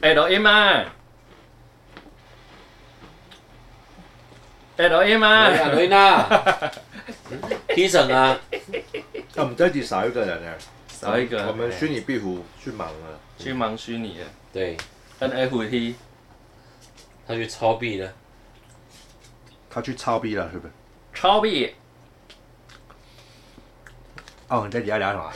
LM 啊，LM 啊，女啦，提神嗯啊，啊，唔单止少一个人哎，少一个我们虚拟壁虎去忙了，去忙虚拟的对 NFT，他去操币了，他去操逼了，是不是？超币哦，你在底下聊什 么？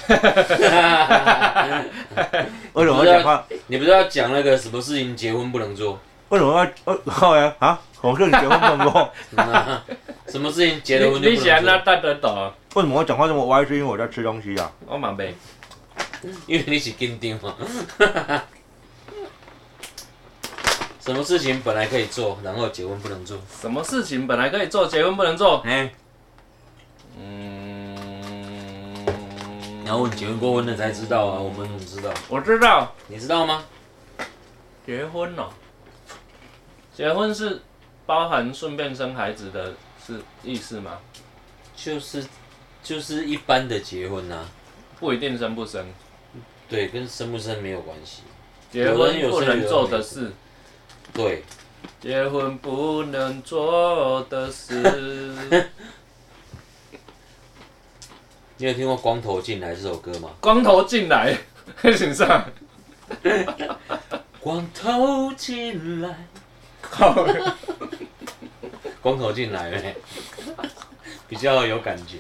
为什么要讲话？ 你不是要讲那个什么事情结婚不能做， 为什么要？呃，后来啊，我跟你结婚不能够，嗯什么事情结了婚你就你不是安能那做，搭得到？为什 么我讲话这么歪？是因为我在吃东西啊。我嘛袂，因为你是跟丁嘛。 什么事情本来可以做，然后结婚不能做？什么事情本来可以做，结婚不能做。哎，嗯，然后你结婚过婚的才知道啊，我们怎么知道？我知道你知道吗？结婚了、结婚是包含顺便生孩子的是意思吗？就是就是一般的结婚呐、啊，不一定生不生，对，跟生不生没有关系。结有人婚有不生能有人做没的生事。对，结婚不能做的事。你有听过《光头进来》这首歌吗？ 光头进来， 请上。光头进来，靠，光头进来、欸， 比较有感觉。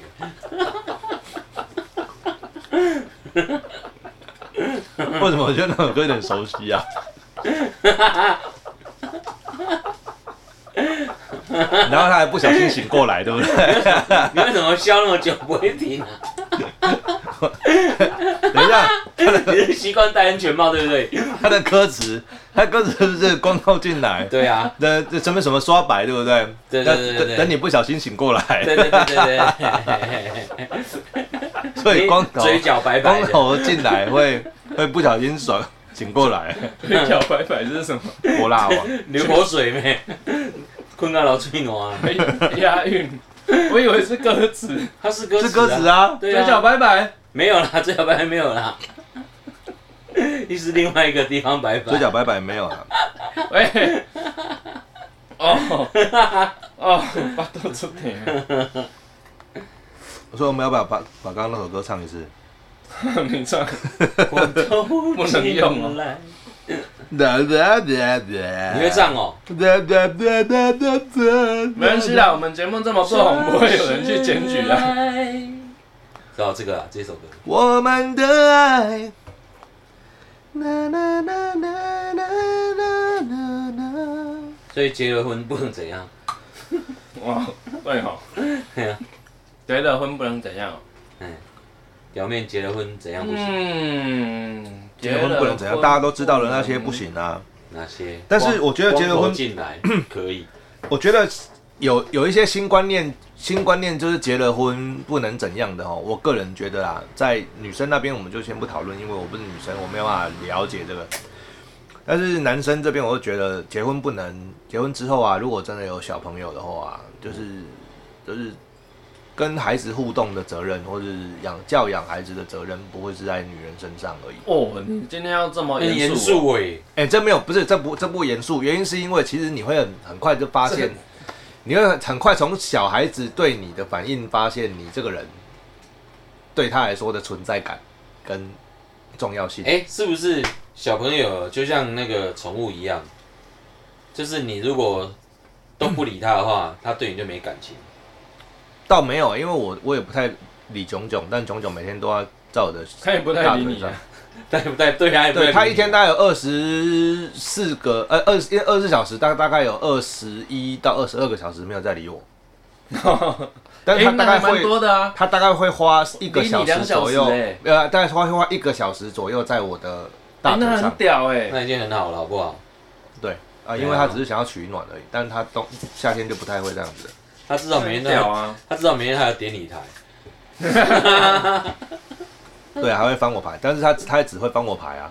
为什 么我觉得那首歌有点熟悉 啊？然后他还不小心醒过来，对不 对？你为什么笑那么久不会停啊？等一下，你是习惯戴安全帽对不对？他的歌词，他歌词是不是光靠进来？对啊，那这什么什么刷白，对不对？对对对对等对等你不小心醒过来，对对对对对。 所以光头嘴角白白光的，头进来会会不小心爽醒过 来，小白白是什么？我辣王。流口水没？困到老吹暖啊！押 韵，我以为是歌词。他是歌是歌词啊，啊，对嘴啊，角白 白，没有啦，嘴角白白没有啦， 一是另外一个地方白白。嘴角白白没有了，喂。哦哦，巴肚出甜。所以我们要不要把把刚刚那首歌唱一次？你唱，光头不能用哦来，哒哒哒你会哒，唱哦？哒哒哒哒哒哒，没关系啦。我们节目这么做红，不会有人去检举啊的。 知道这个啊，这首歌。我们的爱。啦啦啦啦啦啦啦啦。所以结了婚不能怎样？哇，对哦，对啊，结了婚不能怎样哦？嗯，表面结了婚怎样不行？嗯，结了婚不能怎样，大家都知道了，那些不。行啊。哪些？但是我觉得结了婚光头进 来可以，我觉得有有一些新观念，新观念就是结了婚不能怎样的哦。我个人觉得啦，在女生那边我们就先不讨论，因为我不是女生，我没有办法了解这个。但是男生这边，我就觉得结婚不能，结婚之后啊，如果真的有小朋友的话、啊，就是就是跟孩子互动的责任，或是养教养孩子的责任，不会是在女人身上而已。哦，你今天要这么很严严肃哦？肃哎。哎、这没有，不是这不这不严肃，原因是因为其实你会很很快就发现，你会很很快从小孩子对你的反应发现你这个人对他来说的存在感跟重要嗯性。哎、是不是小朋友就像那个宠物一样，就是你如果都不理它的话，嗯它对你就没感情。 倒没有，因为我我也不太理囧囧，但囧囧每天都要在我的他也不太大理腿你上啊。。对不对？对啊，也不对会他理一天你大概有二十四个，呃，二十二十四小时，大大概有二十一到二十二个小时没有再理我， 但哦哎，是他大那还概会蛮多的啊。他大概会花一个小时左右，比你两小时欸呃，大概花会花一个小时左右在我的大哎腿那上，嗯很屌哎。那已经很好了，好不好？对对啊、啊因为他只是想要取暖而已，但是他冬夏天就不太会这样子了。它至少每很天都屌要，啊！它至少每天还有典礼台。对，还会翻我牌，但是他他也只会翻我牌啊。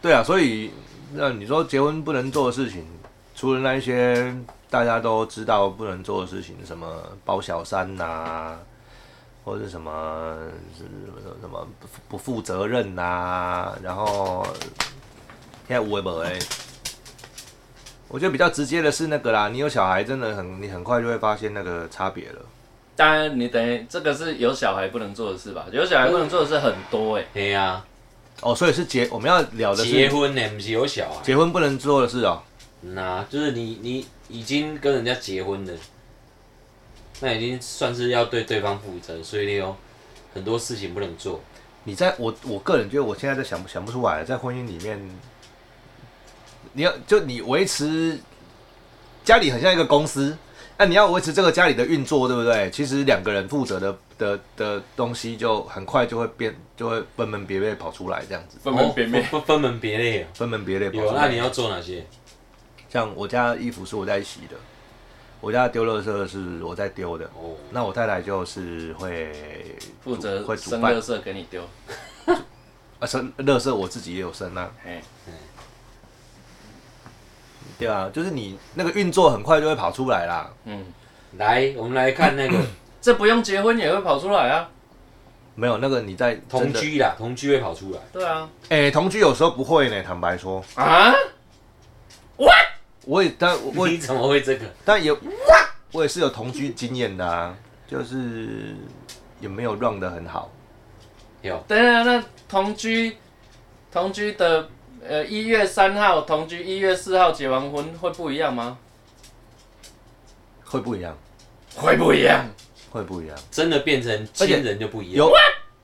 对啊，所以那你说结婚不能做的事情，除了那一些大家都知道不能做的事情，什么包小三呐、啊或者是什么是什么什么不不负责任呐、然后现在微博哎，我觉得比较直接的是那个啦，你有小孩真的很，你很快就会发现那个差别了。当然，你等于这个是有小孩不能做的事吧？有小孩不能做的事很多哎、嘿啊，哦，所以是结我们要聊的是结婚呢，不是有小孩，结婚不能做的事哦。嗯啊，就是你你已经跟人家结婚了，那已经算是要对对方负责，所以你有很多事情不能做。你在我我个人觉得我现在在想想不出来，在婚姻里面，你要就你维持家里很像一个公司，那你要维持这个家里的运作，对不对？其实两个人负责的的的东西就很快就会变，就会分门别类跑出来，这样子分门别类哦，分分门别类啊。分门别类跑有，出那来。你要做哪些？像我家衣服是我在洗的，我家丢垃圾是我在丢的，哦，那我太太就是会负责煮会煮生饭垃圾给你丢。啊，生垃圾我自己也有生啊。哎，对啊，就是你那个运作很快就会跑出来啦。嗯，来，我们来看那 个这不用结婚也会跑出来啊。没有那个你在同真的，居啦，同居会跑出来。对啊，哎、同居有时候不会呢。坦白说，啊，我也但我我 你怎么会这个？但也我也是有同居经验的啊，就是也没有 run 的很好。有，等一下那同居，同居的呃一月三号同居，一月四号结完婚会不一样吗？会不一样，会不一样。会不一样。真的变成亲人就不一样。有，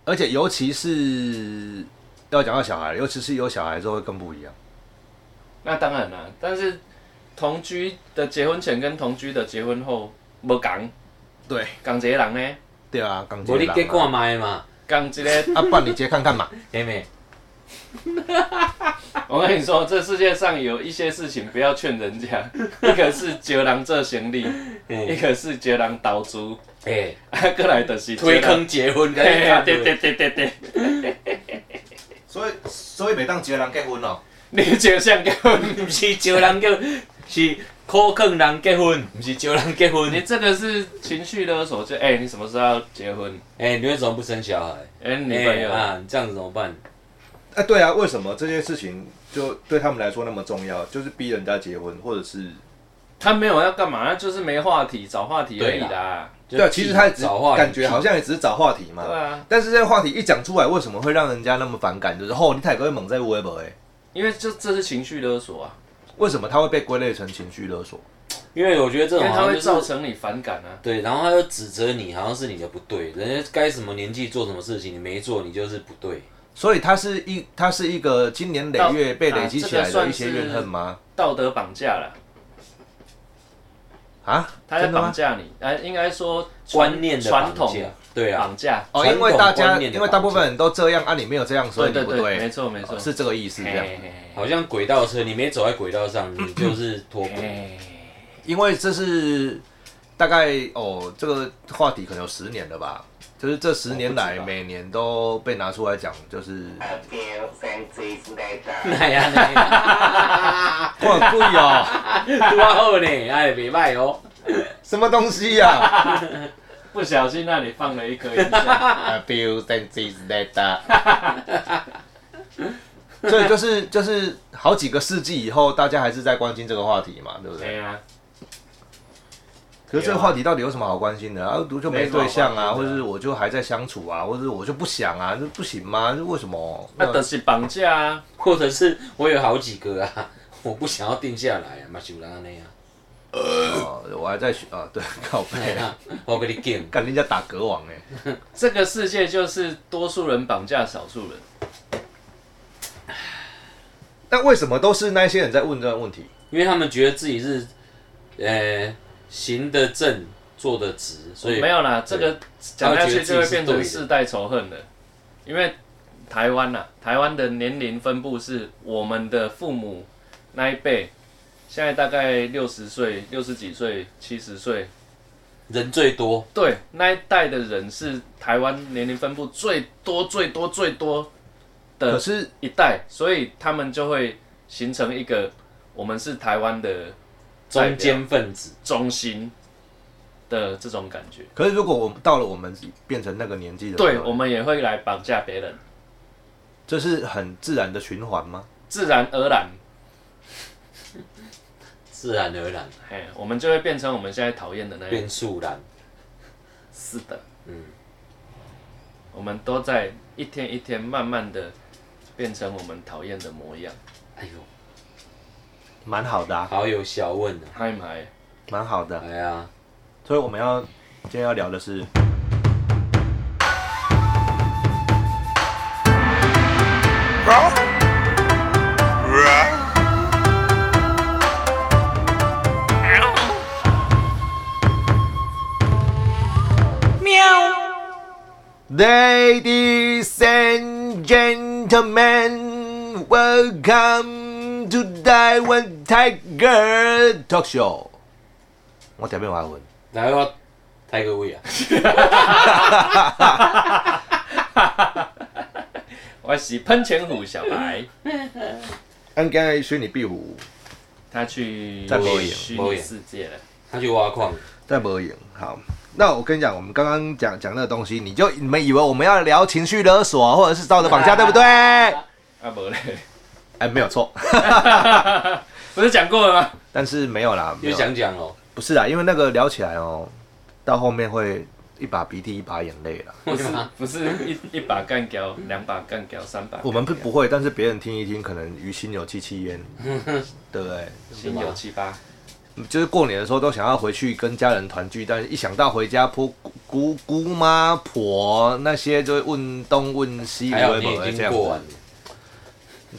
而且尤其是要讲到小孩，尤其是有小孩之后会更不一样。那当然啦，但是同居的结婚前跟同居的结婚后无共，对，共一个人呢，对啊，刚结无你啦给看麦嘛，共一个。啊，不然你接看看嘛。嘿妹，我跟你说，这世界上有一些事情不要劝人家， 一个是招人做行李，一哎嘿，个是招人投资，嘿啊，过来就是招推人。坑结婚，跟嘿你嘿看对对对对对，所以所以每当结人结婚哦，你就像个， 不是招人叫， 是苦坑人结婚，不是招人结婚。你欸这个是情绪勒索，就哎、你什么时候要结婚？哎、你为什么不生小孩？哎、哎、女朋友、啊，你这样子怎么办？哎、对啊，为什么这件事情就对他们来说那么重要？就是逼人家结婚，或者是他没有要干嘛，他就是没话题，找话题而已对啦。就对啊，其实他只找话题感觉好像也只是找话题嘛。对啊，但是这个话题一讲出来，为什么会让人家那么反感？就是哦，你太哥会猛在 w e b 哎，因为这这是情绪勒索啊，为什么他会被归类成情绪勒索？因为我觉得这因为它种好像会就造是成你反感啊。对，然后他又指责你，好像是你的不对，人家该什么年纪做什么事情，你没做，你就是不对。所以他是一，他是一个经年累月被累积起来的一些怨恨吗？道德绑架了，啊，他在真的绑吗？架你，哎、应该说传观念的传绑统架，对啊，绑架，哦，传统因为大家观念的因为大部分人都这样啊，你没有这样，所以你对不哦对对，没错没错，是这个意思这样。嘿嘿好像轨道车，你没走在轨道上， 你就是脱嘿轨。嘿因为这是大概哦，这个话题可能有十年了吧，就是这十年哦不来知道每年都被拿出来讲，就是哎呀， 呢，哇贵哦，拄啊好呢，哎，袂歹哦。什么东西 呀、不小心那里放了一颗音箱，啊、？Few sentences later，所以就是就是好几个世纪以后，大家还是在关心这个话题嘛，对不对对？呀，可是这个话题到底有什么好关心的？啊，我就没对象没什么啊，好关心的或者是我就还在相处啊，或者是我就不想啊，这不行吗？这为什么？ 那都是绑架啊，或者是我有好几个啊，我不想要定下来啊，嘛是有人安尼啊。哦我还在学啊，对，靠哎背。呀，我给你敬。干人家打嗝王哎、这个世界就是多数人绑架少数人，但为什么都是那些人在问这个问题？因为他们觉得自己是，呃，行得正，坐得直，所以哦没有啦，这个讲下去就会变成世代仇恨了，因为台湾呐、台湾的年龄分布是我们的父母那一辈，现在大概六十岁、六十几岁、七十岁，人最多。对那一代的人是台湾年龄分布最多、最多、最多可的是一代，所以他们就会形成一个我们是台湾的哎中间分子，中心，的这种感觉。可是如果我们到了我们变成那个年纪的时候，对，我们也会来绑架别人，这是很自然的循环吗？自然而然，自然而然嘿，我们就会变成我们现在讨厌的那样。变速然，是的，嗯，我们都在一天一天慢慢的变成我们讨厌的模样，哎呦，蛮好的、啊，好有小问啊，嗨买蛮好的。啊哎呀，所以我们要今天要聊的是，Ladies and gentlemen, welcome to Taiwan Tiger Talk Show。我点变华文，来我抬个位啊，我是喷泉虎小白，俺刚才虚拟壁虎，他去在摸眼虚摸拟眼世界了，他去挖矿，在博赢。好，那我跟你讲，我们刚刚讲讲那个东西，你就你们以为我们要聊情绪勒索或者是道德绑架，对不对？哎，啊不嘞，没有错， 不是讲过了吗？但是没有啦，没又有想讲哦，不是啦，因为那个聊起来哦，到后面会一把鼻涕一把眼泪啦。不是不是一一把干掉，两把干掉，三把干掉啊我们不不会，但是别人听一听，可能于心有戚戚 焉，对不对？心有戚八，就是过年的时候都想要回去跟家人团聚，但是一想到回家婆姑姑妈婆那些，就会问东问西，还好有的你没的已这经样子啊过完了，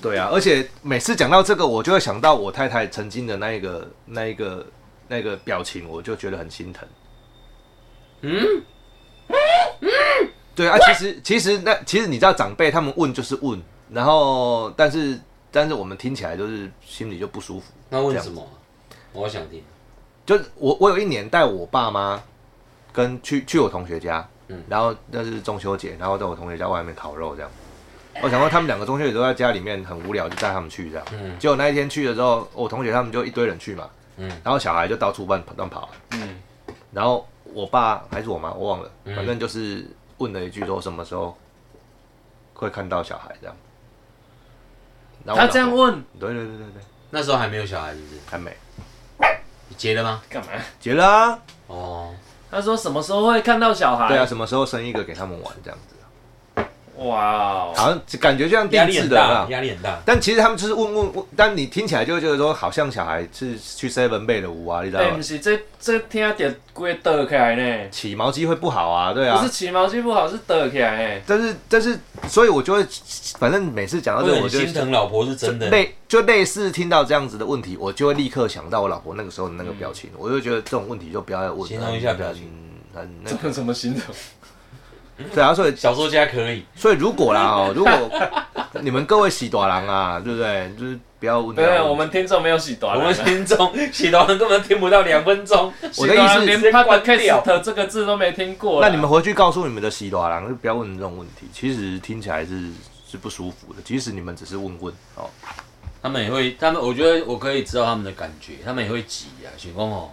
对啊，而且每次讲到这个，我就会想到我太太曾经的那一个、那一个、那个表情，我就觉得很心疼。嗯，对啊，其实其实那其实你知道，长辈他们问就是问，然后但是但是我们听起来就是心里就不舒服。那问这样什么啊？我想听，就是我我有一年带我爸妈跟去去我同学家，嗯然后那是中秋节，然后在我同学家外面烤肉这样。我想说他们两个中秋节都在家里面很无聊，就带他们去这样。嗯结果那一天去的时候，我同学他们就一堆人去嘛，嗯然后小孩就到处乱乱跑，嗯，然后我爸还是我妈，我忘了，嗯反正就是问了一句说什么时候会看到小孩这样。然后我他这样老婆，问对对对对对，那时候还没有小孩，是不是？还没你结了吗？干嘛？结了啊，哦，他说什么时候会看到小孩？对啊，什么时候生一个给他们玩这样子。哇哦，好像感觉就像压力定制很的啦大，。压力很大，但其实他们就是问问问，但你听起来就会觉得说，好像小孩是去 seven 背的舞啊，你知道哎，吗不？是这这听着规倒起来呢，起毛机会不好啊，对不啊是。起毛巾不好，是倒起来呢。欸但是但是，所以我就会，反正每次讲到或者这个，我你就会心疼老婆是真的，类就类似听到这样子的问题，我就会立刻想到我老婆那个时候的那个表情，我就觉得这种问题就不要再问了。形嗯容一下表情很，很那这个个怎么形容？对啊，所以小说家可以，所以如果啦哦，如果你们各位喜多郎啊，对不对？啊就是不要问这没样的问题。有，我们听众没有洗短啊我了们啦。听众洗头人根本听不到两分钟，我的意思啊连直接关掉 podcast 这个字都没听过啊啦。那你们回去告诉你们的喜多郎，就不要问这种问题。其实听起来是是不舒服的，即使你们只是问问哦。他们也会，他们我觉得我可以知道他们的感觉，他们也会急啊，想讲哦，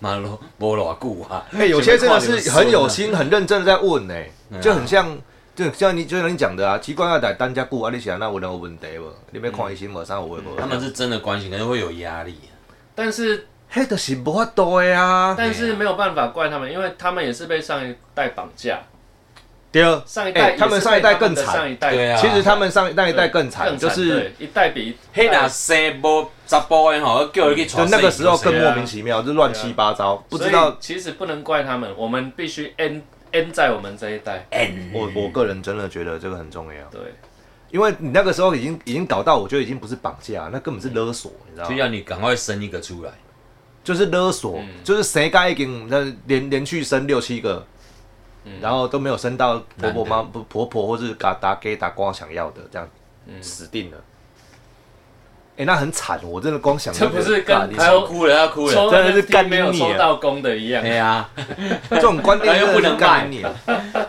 马罗无偌久啊， 哎、有些真的是很有心、很认真的在问呢、嗯啊就很像，就像你就像你讲的啊，奇怪啊，在单家顾啊，你想那有人有问题无？你别看医生无啥有无？他们是真的关心，可能会有压力、啊。但是嘿，就是无法度的啊。但是没有办法怪他们，因为他们也是被上一代绑架，对，上一代哎他们上一代更惨也是被他们的上一代对啊其实他们上那一代更惨，更就是对一代比嘿，那生无查甫的吼，叫你去娶就那个时候更对啊莫名其妙，就乱七八糟，不所知以道。其实不能怪他们，我们必须 end end 在我们这一代。我我个人真的觉得这个很重要。对，因为你那个时候已经已经搞到，我觉得已经不是绑架，那根本是勒索，你知道就吗？要你赶快生一个出来，就是勒索，嗯就是谁该给那连连续生六七个，嗯然后都没有生到婆男婆的妈不婆婆或是嘎打给打光想要的，这样嗯，死定了。哎、那很惨，我真的光想就这不是觉得跟啊你还要有哭了，要哭了。抽啊真的是 NFT 干你没有抽啊到工的一样哎。呀，这种观念哎又真的不是能干卖你。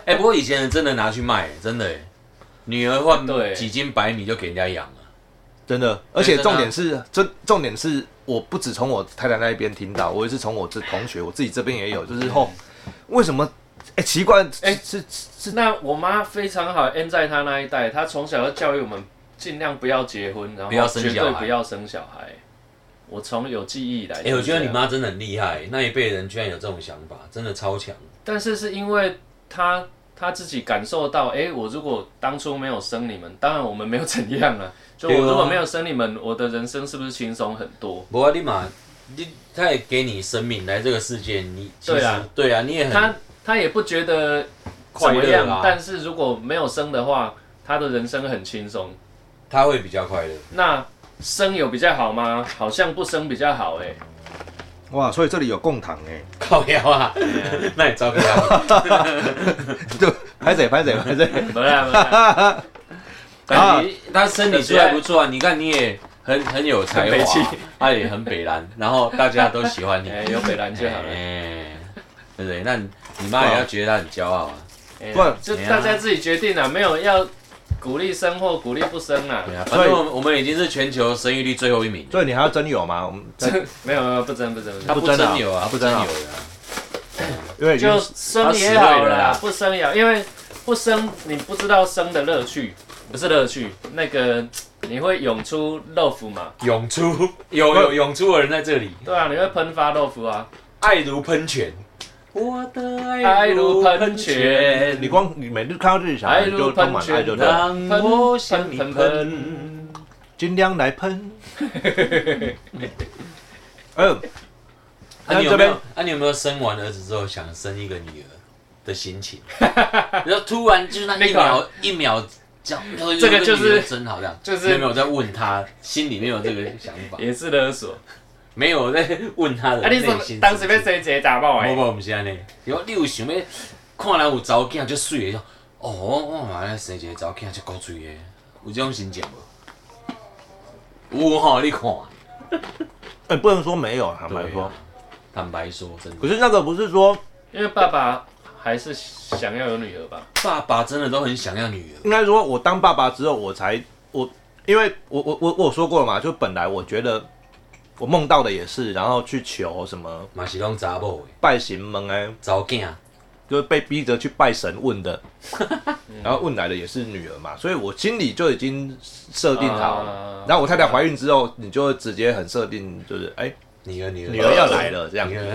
哎，不过以前人真的拿去卖，真的，女儿换对几斤白米就给人家养了，真的，而且真的啊重点是，这重点是，我不止从我太太那一边听到，我也是从我这同学，我自己这边也有，嗯就是吼、为什么？哎、奇怪，哎、欸哎是是，那我妈非常好，N 在她那一代，她从小就教育我们尽量不要结婚，然不要后生绝小对孩不要生小孩。我从有记忆以来，哎、我觉得你，妈真的很厉害，那一辈人居然有这种想法，真的超强。但是是因为她她自己感受到，哎、我如果当初没有生你们，当然我们没有怎样 啊，就我对啊如果没有生你们，我的人生是不是轻松很多？不过你嘛，你他也给你生命来这个世界，你其实对啊对啊，你也很她她也不觉得快怎么乐啊样，啊啦，但是如果没有生的话，她的人生很轻松。他会比较快乐。 那生有比较好吗？好像不生比较好哎、哇，所以这里有共堂哎、靠腰啊， 那你啊照顾 他。对， 拍谁拍谁拍谁，不啦不啦，啊啊，他身体素还不错啊，你看你也很很有才 很北华啊气，他也很北蓝，然后大家都喜欢你， 哎，有北兰就好了。哎对不对？那你你妈也要觉得他很骄傲啊。哎不然就怎样大家自己决定啦，没有要鼓励生或鼓励不生啦。对啊，所以反正我们我们已经是全球生育率最后一名了， 所以你还要真有吗？我们这没有没有不争不争不争，他不不真啊真有啊，他不不真真有啊的啊。因为已经就生也好了他啦死，不生也好，因为不生你不知道生的乐趣，不是乐趣，那个你会涌出豆腐嘛？涌出，有有涌出的人在这里，对啊，你会喷发豆腐啊。爱如喷泉。我的爱如喷泉你光你每日看到这小孩爱如就充满喷泉啊爱，就对了，哎让我向你喷。尽量来喷。嗯，那、啊你那啊有这没边有？那、你有没有生完儿子之后想生一个女儿的心情？ 然后突然就是那一秒一秒这样，啊这个就是真好像就是没有我在问他，心里面有这个想法， 也是勒索，没有在问他的啊！你内怎么心世界。当时被谁姐打爆无哎？无，毋是安尼。如果你有想要看人有查某囝足水的，哦，我我嘛要生一个查某囝足古锥的，有这种心情无？有吼，你看，哎、不能说没有，坦白对说啊，坦白说，真的，可是那个不是说，因为爸爸还是想要有女儿吧？爸爸真的都很想要女儿。应该说我当爸爸之后，我才我，因为我我我我有说过了嘛，就本来我觉得我梦到的也是，然后去求什么嘛是拢查某的，拜神门哎，查某囝，就是被逼着去拜神问 的，然后问来的也是女儿嘛，所以我心里就已经设定好了。啊然后我太太怀孕之后，你就会直接很设定，就是哎、女儿女儿女儿要来了这样女。儿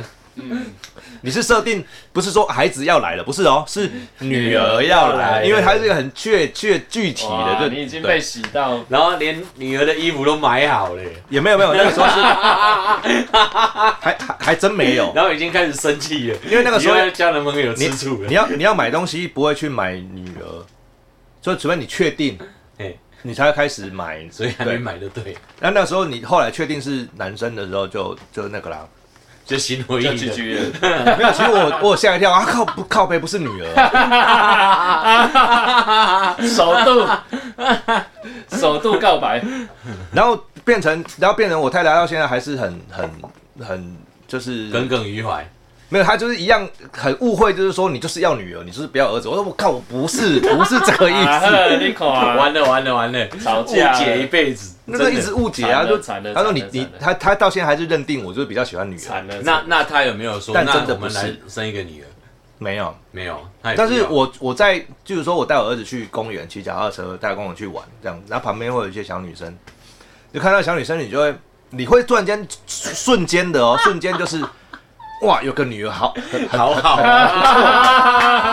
你是设定不是说孩子要来了，不是哦， 是女儿要来，因为它是一个很确确具体的，哇就你已经对被洗到然后连女儿的衣服都买好了，也没有没有，那个时 候是还还还真没 有，然后已经开始生气了，因为那个时候以后家人朋友有吃醋你了。要你要买东西不会去买女儿，所以除非你确定嘿，你才会开始买。哎 所以还没对买就对，那那时候你后来确定是男生的时候就，就那个啦。就心灰意就冷。 GG 了。没有，其实我我有吓一跳啊，靠不靠背不是女儿，啊首度，首度告白，然后变成然后变成我太太到现在还是很很很就是耿耿于怀。没有，他就是一样很误会，就是说你就是要女儿，你就是不要儿子。我说我靠，我不是不是这个意啊思，呵，你看啊，完了完了完了，吵误架了解一辈子，那个真一的直误解啊，惨了就惨了他说你惨了你惨了他他到现在还是认定我就是比较喜欢女儿，惨了。那那他有没有说，但那真的我们不来是生一个女儿？没有。没有，他也不但是要 我我在就是说我带我儿子去公园骑脚踏车，带公园去玩这样，然后旁边会有一些小女生，就看到小女生，你就会你会突然间瞬间的哦，瞬间就是哇，有个女儿好，好好啊，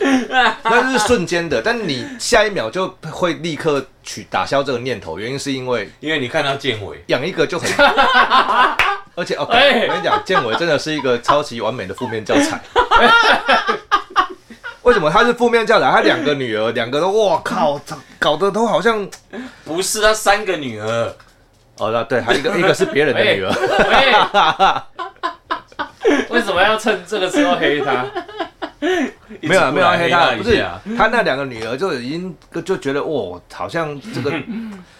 那是瞬间的，但你下一秒就会立刻去打消这个念头，原因是因为因为你看到建伟，养一个 就很。而且，OK，、哎我跟你讲，建伟真的是一个超级完美的负面教材。为什么他是负面教材？他两个女儿，两个都，我靠，搞得都好 像……不是他三个女儿，哦，那对，还有一个一个是别人的女儿，喂，为什么要趁这个时候黑他？ 没有啊一直过没有来要黑他，不一是下他那两个女儿就已经就觉得，哇，好像这个，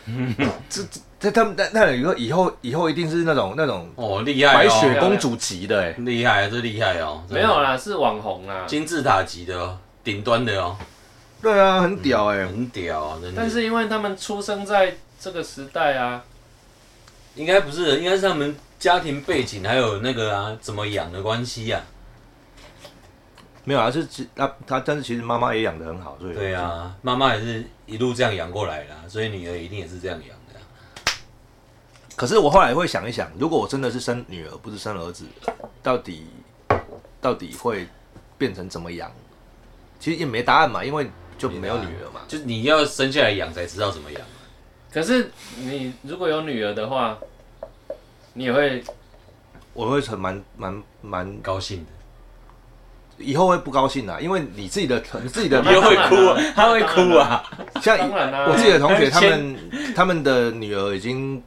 嗯 这这这他们那那两个以后以后一定是那种那种哦，厉害白哦，雪公主级的、哎，厉害，这厉害哦，真没的有，啦，是网红啦。金字塔级的哦，顶端的哦，对啊，很屌哎、很屌啊，真的。但是因为他们出生在这个时代啊，应该不是，应该是他们家庭背景还有那个啊怎么养的关系啊呀、没有啊，是其他他，但是其实妈妈也养得很好，所以对啊，妈妈也是一路这样养过来的啊、所以女儿一定也是这样养的啊、可是我后来会想一想，如果我真的是生女儿，不是生儿子，到底到底会变成怎么样？其实也没答案嘛，因为就没有女儿嘛。啊就是你要生下来养才知道怎么养啊。可是你如果有女儿的话，你也会我会很蛮蛮蛮，高兴的， 以后会不高兴啊，因为你自己的你自己 的你又会哭啊，他会哭啊。 像当然啦我自己的同学，他先们他们的女儿已经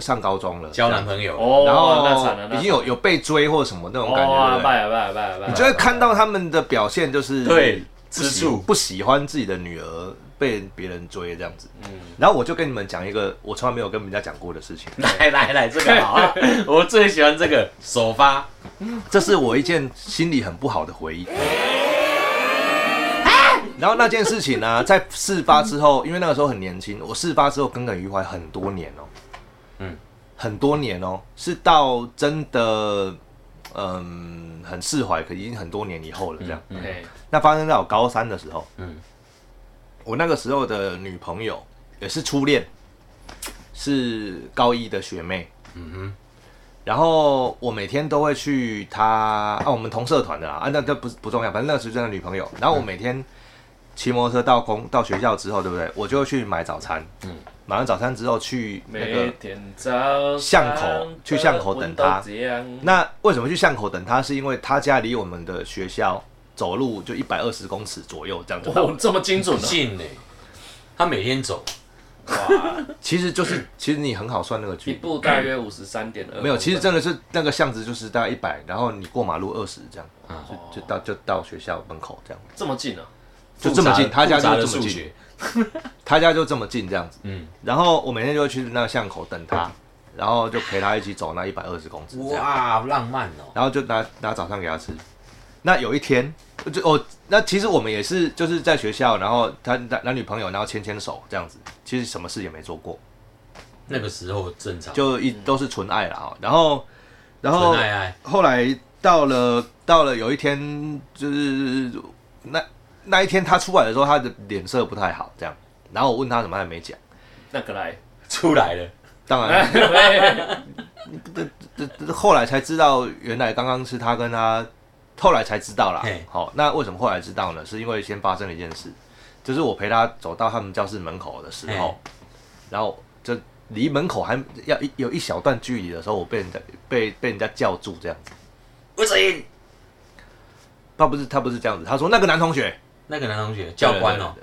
上高中了，交男朋友，哦，然那惨了，后那已经有有被追或什么那种感哦觉，啊，对不对拜啊拜啊拜啊拜啊！你就会看到他们的表现，就是对，不吃喜 醋，不喜欢自己的女儿被别人追这样子。嗯，然后我就跟你们讲一个我从来没有跟人家讲过的事情，来来来，这个好啊， 我最喜欢这个首发。这是我一件心里很不好的回忆。然后那件事情呢、在事发之后，因为那个时候很年轻，我事发之后耿耿于怀很多年哦、嗯很多年哦、是到真的，嗯，很释怀，可已经很多年以后了这样。嗯嘿，那发生在我高三的时候，嗯我那个时候的女朋友也是初恋，是高一的学妹。嗯然后我每天都会去她啊，我们同社团的啦，啊，那那不是不重要，反正那个时候真的女朋友。然后我每天骑摩托车到公到学校之后，对不对？我就会去买早餐，嗯买完早餐之后去那每个。天早上巷口去巷口等他都这样那为什么去巷口等她？是因为她家离我们的学校走路就一百二十公尺左右这样子。哦，这么精准哼，嗯近呢，他每天走，啊！哇，其实就是，其实你很好算那个距一离。步大约五十三点二，没有，其实真的是那个巷子就是大概一百，然后你过马路二十这样，啊就就到就到学校门口这样，这么近啊！就这么近，复杂他家复杂就的这数么近，学，他家就这么近这样子。嗯，然后我每天就会去那个巷口等他，然后就陪他一起走那一百二十公尺这样，哇，浪漫哦，然后就拿拿早上给他吃。那有一天，就我那其实我们也是就是在学校，然后他男男女朋友，然后牵牵手这样子，其实什么事也没做过，那个时候正常，就一都是纯爱啦啊。然后，然嗯后纯爱 爱，后来到了到了有一天，就是那那一天他出来的时候，他的脸色不太好，这样。然后我问他什么，他也没讲。那个来，出来了，当哎然，啊这这后来才知道，原来刚刚是他跟他，后来才知道啦嘿。好，那为什么后来知道呢？是因为先发生了一件事，就是我陪他走到他们教室门口的时候，然后就离门口还要一有一小段距离的时候，我被人家被被人家叫住这样子。吴子英，他不是他不是这样子，他说那个男同学那个男同学教官哦，，对对对对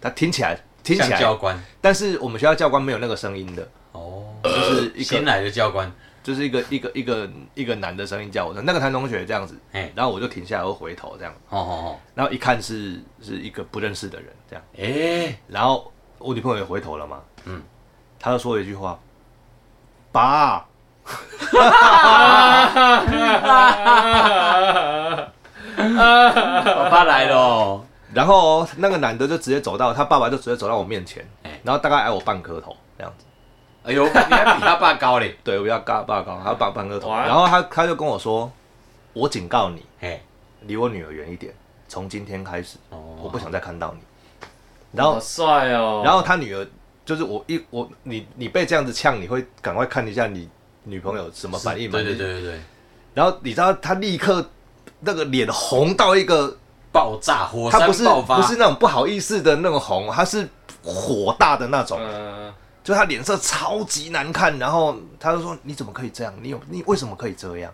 他听起来听起像教来，官但是我们学校教官没有那个声音的，哦，就是呃一新个来的教官，就是一个一个一个一个男的声音叫我的那个男同学这样子，哎，然后我就停下来，我回头这样，哦哦哦，然后一看是是一个不认识的人这样，哎，然后我女朋友也回头了嘛，嗯，她就说了一句话，爸，爸爸来了哦，然后那个男的就直接走到他爸爸就直接走到我面前哎，然后大概矮我半颗头这样子。哎呦，你还比他爸高 嘞，对，我比他高，爸高，他爸半个头。哇然后他他就跟我说：“我警告你，哎，离我女儿远一点，从今天开始，我哦，不想再看到你。”然后好，帅哦！然后他女儿就是我一我你你被这样子呛，你会赶快看一下你女朋友什么反应嘛？对对。对对对，然后你知道他立刻那个脸红到一个，爆炸火他山不是哦爆发，不是那种不好意思的那种红，他是火大的那种。嗯，就他脸色超级难看，然后他就说：“你怎么可以这样？你有你为什么可以这样？”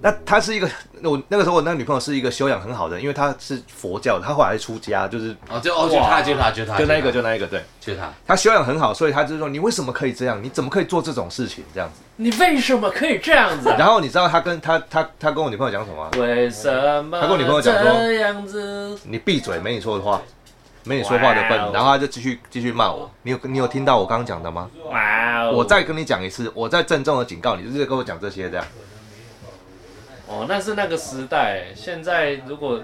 那他是一个，我那个时候我那个女朋友是一个修养很好的，因为她是佛教的，她后来出家，就是哦，就哦，就哇他，就他，就他，就那一个他就那一个，对，就他，她修养很好，所以她就说你为什么可以这样？你怎么可以做这种事情这样子？你为什么可以这样子啊？然后你知道她跟她她她跟我女朋友讲什么吗？为什么？他跟我女朋友讲说这样子，你闭嘴，没你说的话，没你说话的份哇哦。然后她就继续继续骂我，你有你有听到我刚刚讲的吗？哇哦！我再跟你讲一次，我再郑重的警告你，就是跟我讲这些这样。哦，那是那个时代。现在如果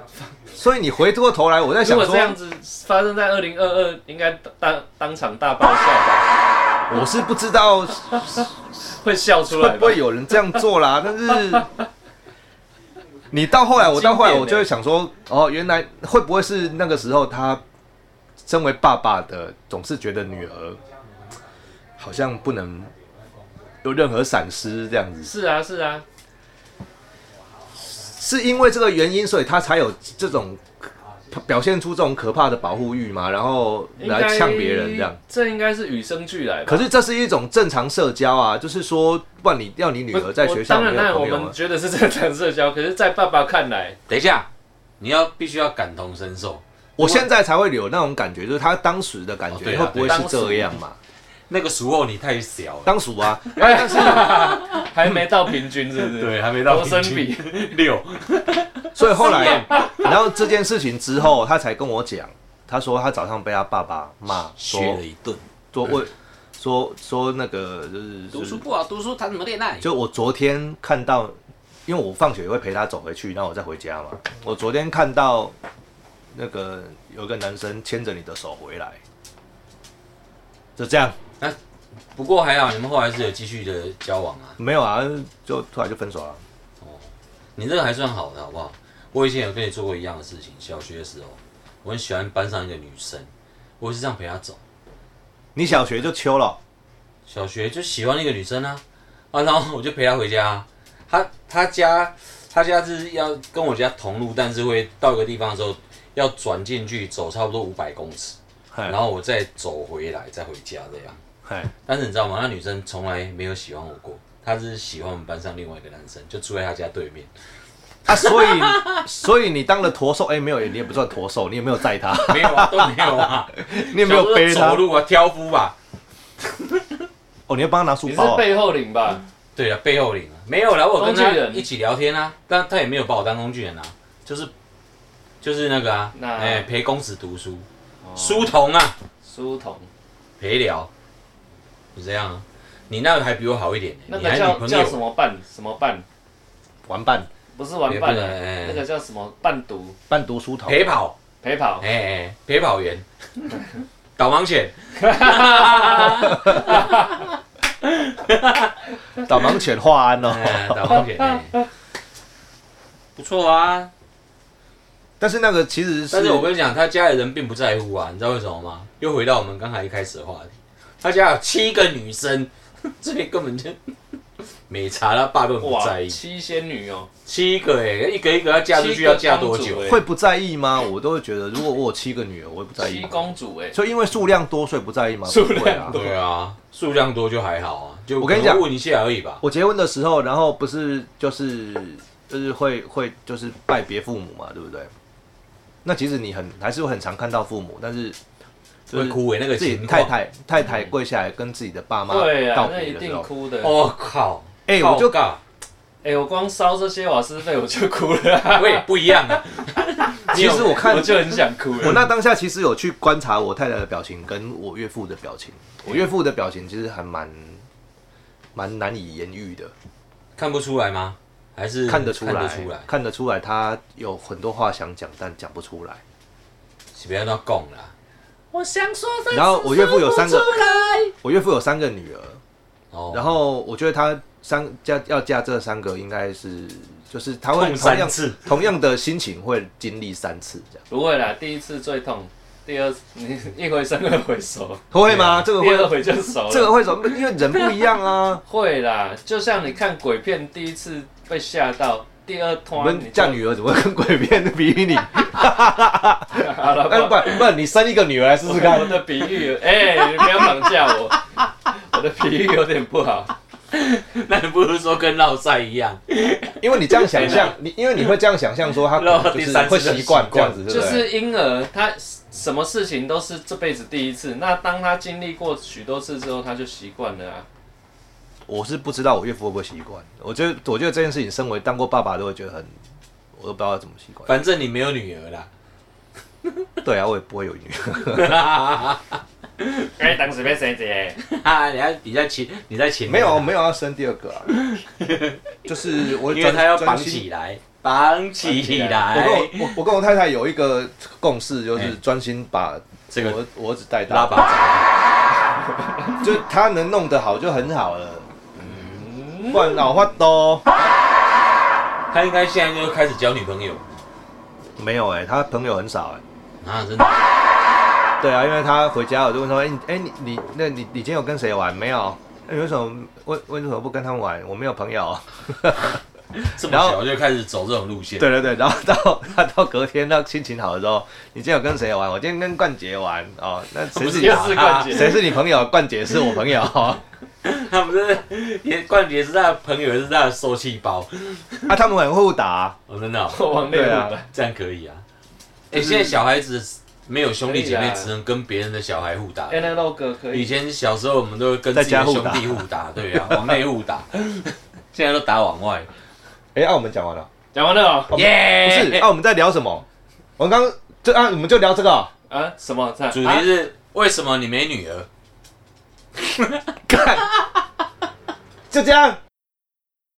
所以你回过头来，我在如想果这样说，子发生在二零二二，应该当当场大爆笑吧，我是不知道会笑出来会吧。 不会有人这样做啦？ 但是你到后来，我到后来很经典欸我就会想说，哦，原来会不会是那个时候他身为爸爸的，总是觉得女儿好像不能有任何闪失这样子，是啊，是啊，是因为这个原因，所以他才有这种表现出这种可怕的保护欲嘛，然后应该来呛别人这样。。这应该是与生俱来吧。可是这是一种正常社交啊，就是说，不然你要你女不儿在我学校当没然，有那我朋友们啊，觉得是正常社交，可是，在爸爸看来，等一下，你要必须要感同身受。我现在才会有那种感觉，就是他当时的感哦觉对啊会不会对是这样嘛？那个时候你太小了，当属啊，还没到平均，是 不是？对，还没到多生平比均六，所以后来，啊然后这件事情之后，他才跟我讲，他说他早上被他爸爸骂，削说了一顿。说问说说那个就是读书不好，读书谈什么恋爱？就我昨天看到，因为我放学会陪他走回去，然后我再回家嘛。我昨天看到那个有个男生牵着你的手回来，就这样，不过还好，你们后来是有继续的交往啊。没有啊，就突然就分手了。你这个还算好的，好不好？我以前有跟你做过一样的事情，小学的时候，我很喜欢班上一个女生，我是这样陪她走。你小学就秋了，小学就喜欢那个女生啊，啊，然后我就陪她回家、啊。她她家她家是要跟我家同路，但是会到一个地方的时候要转进去，走差不多五百公尺，嗨然后我再走回来，再回家这样。嗨，但是你知道吗？那女生从来没有喜欢我过，她是喜欢我们班上另外一个男生，就住在她家对面。啊，所以 所以你当了驼兽，哎、没有，你也不算驼兽，你也没有载 他，没有啊，都没有啊，你 也没有背小时候他走，路啊，挑夫吧。哦，你要帮他拿书你是包、哦，背后领吧？对啊，背后领啊，没有啦，我有跟工他具人一起聊天啊，但他也没有把我当工具人啊，就是就是那个啊，那哦哎、陪公子读书，书童啊，书童，陪聊，就这样啊。你那个还比我好一点、那你个还女叫朋叫什友，么伴？什么伴？玩伴不是玩伴也不能啊哎，那个叫什么伴读伴读书童，陪跑，陪跑哎、？哎陪跑 员，导盲犬，导盲犬华安哦。哎导盲 犬，哎不错啊。但是那个其实但是是我跟你讲，他家里人并不在乎啊，你知道为什么吗？又回到我们刚才一开始的话题，他家有七个女生， 这边根本就没查，他爸根本不在哇，意。七仙女哦，七个哎、一个一个要嫁出七去个要嫁多公主久？欸会不在意吗？我都会觉得，如果我有七个女儿，我也不在意七。公主哎，所以因为数量多，所以不在意吗？数不会啊量。对啊，数量多就还好啊，就我跟你讲可能问一下而已吧。我结婚的时候，然后不是就是就是会会就是拜别父母嘛，对不对？那其实你很还是会很常看到父母，但是就会是哭欸那个自己情太况嗯太太太跪下来跟自己的爸妈对道啊，那别一的时定候，哦哭的。我、哦靠！哎我就尬，哎，我光烧这些瓦斯费我就哭了啊，喂，不一样啊。你 其有实我看我就很想哭了。我那当下其实有去观察我太太的表情跟我岳父的表情，我岳父的表情其实还蛮蛮难以言喻的。看不出来吗？还是看得出来，看得出来，看得出来他有很多话想讲，但讲不出来。是不要乱讲啦。我想说，然后我岳父有三个说不出来我岳父有三个女儿，哦，然后我觉得他三嫁要嫁这三个，应该是就是他会痛同三样次，同样的心情会经历三次这样，不会啦，第一次最痛，第二次你一回生二回熟，会吗？啊这个第二会回就熟了。这个会什么？因为人不一样啊。会啦，就像你看鬼片，第一次被吓到，第二我团们嫁女儿怎么会跟鬼片比 你？好了，哎，不不然不哎然你生一个女儿来试试 看我。的比喻，哎、你不要绑架我，我的比喻有点不好。 那你不如说跟绕赛一样，因为你这样想象，你因为你会这样想 象说他可能就是会习惯这样子， 对就不对？是婴儿，他什么事情都是这辈子第一次，那当他经历过许多次之后，他就习惯了啊。我是不知道我岳父会不会习惯。我觉得，我觉得这件事情，身为当过爸爸都会觉得很，我都不知道怎么习惯。 反正你没有女儿啦。 对啊，我也不会有女儿。哎、当时被谁姐？啊，你还你在请你在请 没有啊没有要生第二个、啊， 就是我因为专他要专绑心起来，绑起我跟来我，我我跟我太太有一个共识，就哎是专心把这个我儿我儿子带拉大，把就他能弄得好就很好了，嗯不然老花都掌，他应该现在就开始交女朋友没有哎、他朋友很少哎、啊，真的，对啊，因为他回家我就问说，哎、你哎、你你那你你今天有跟谁玩没有？哎你为什么为为什么不跟他们玩？我没有朋友。 这么然后小就开始走这种路线，对对对，然后到他到隔天，到心情好的时候，你今天有跟谁玩？我今天跟冠杰玩哦。那谁是你又是冠杰谁是你朋友？冠杰是我朋友。啊，他不是也冠杰是他的朋友，也是他的受气包，他们很互打，哦，真的哦、我往内对部啊的，这样可以啊。哎、就是现在小孩子没有兄弟姐哎可以妹，啊只能跟别人的小孩互打。 a n a l o g 可以以，前小时候我们都会跟自己的兄弟互打，对啊，往内互打， 现在都打往外。哎、啊，我们讲完了，讲完了哦、不耶、是？啊，我们在聊什么？我刚这啊，我们就聊这个哦。啊，什么？这主题啊是、为什么你没女儿？ 干，就这样，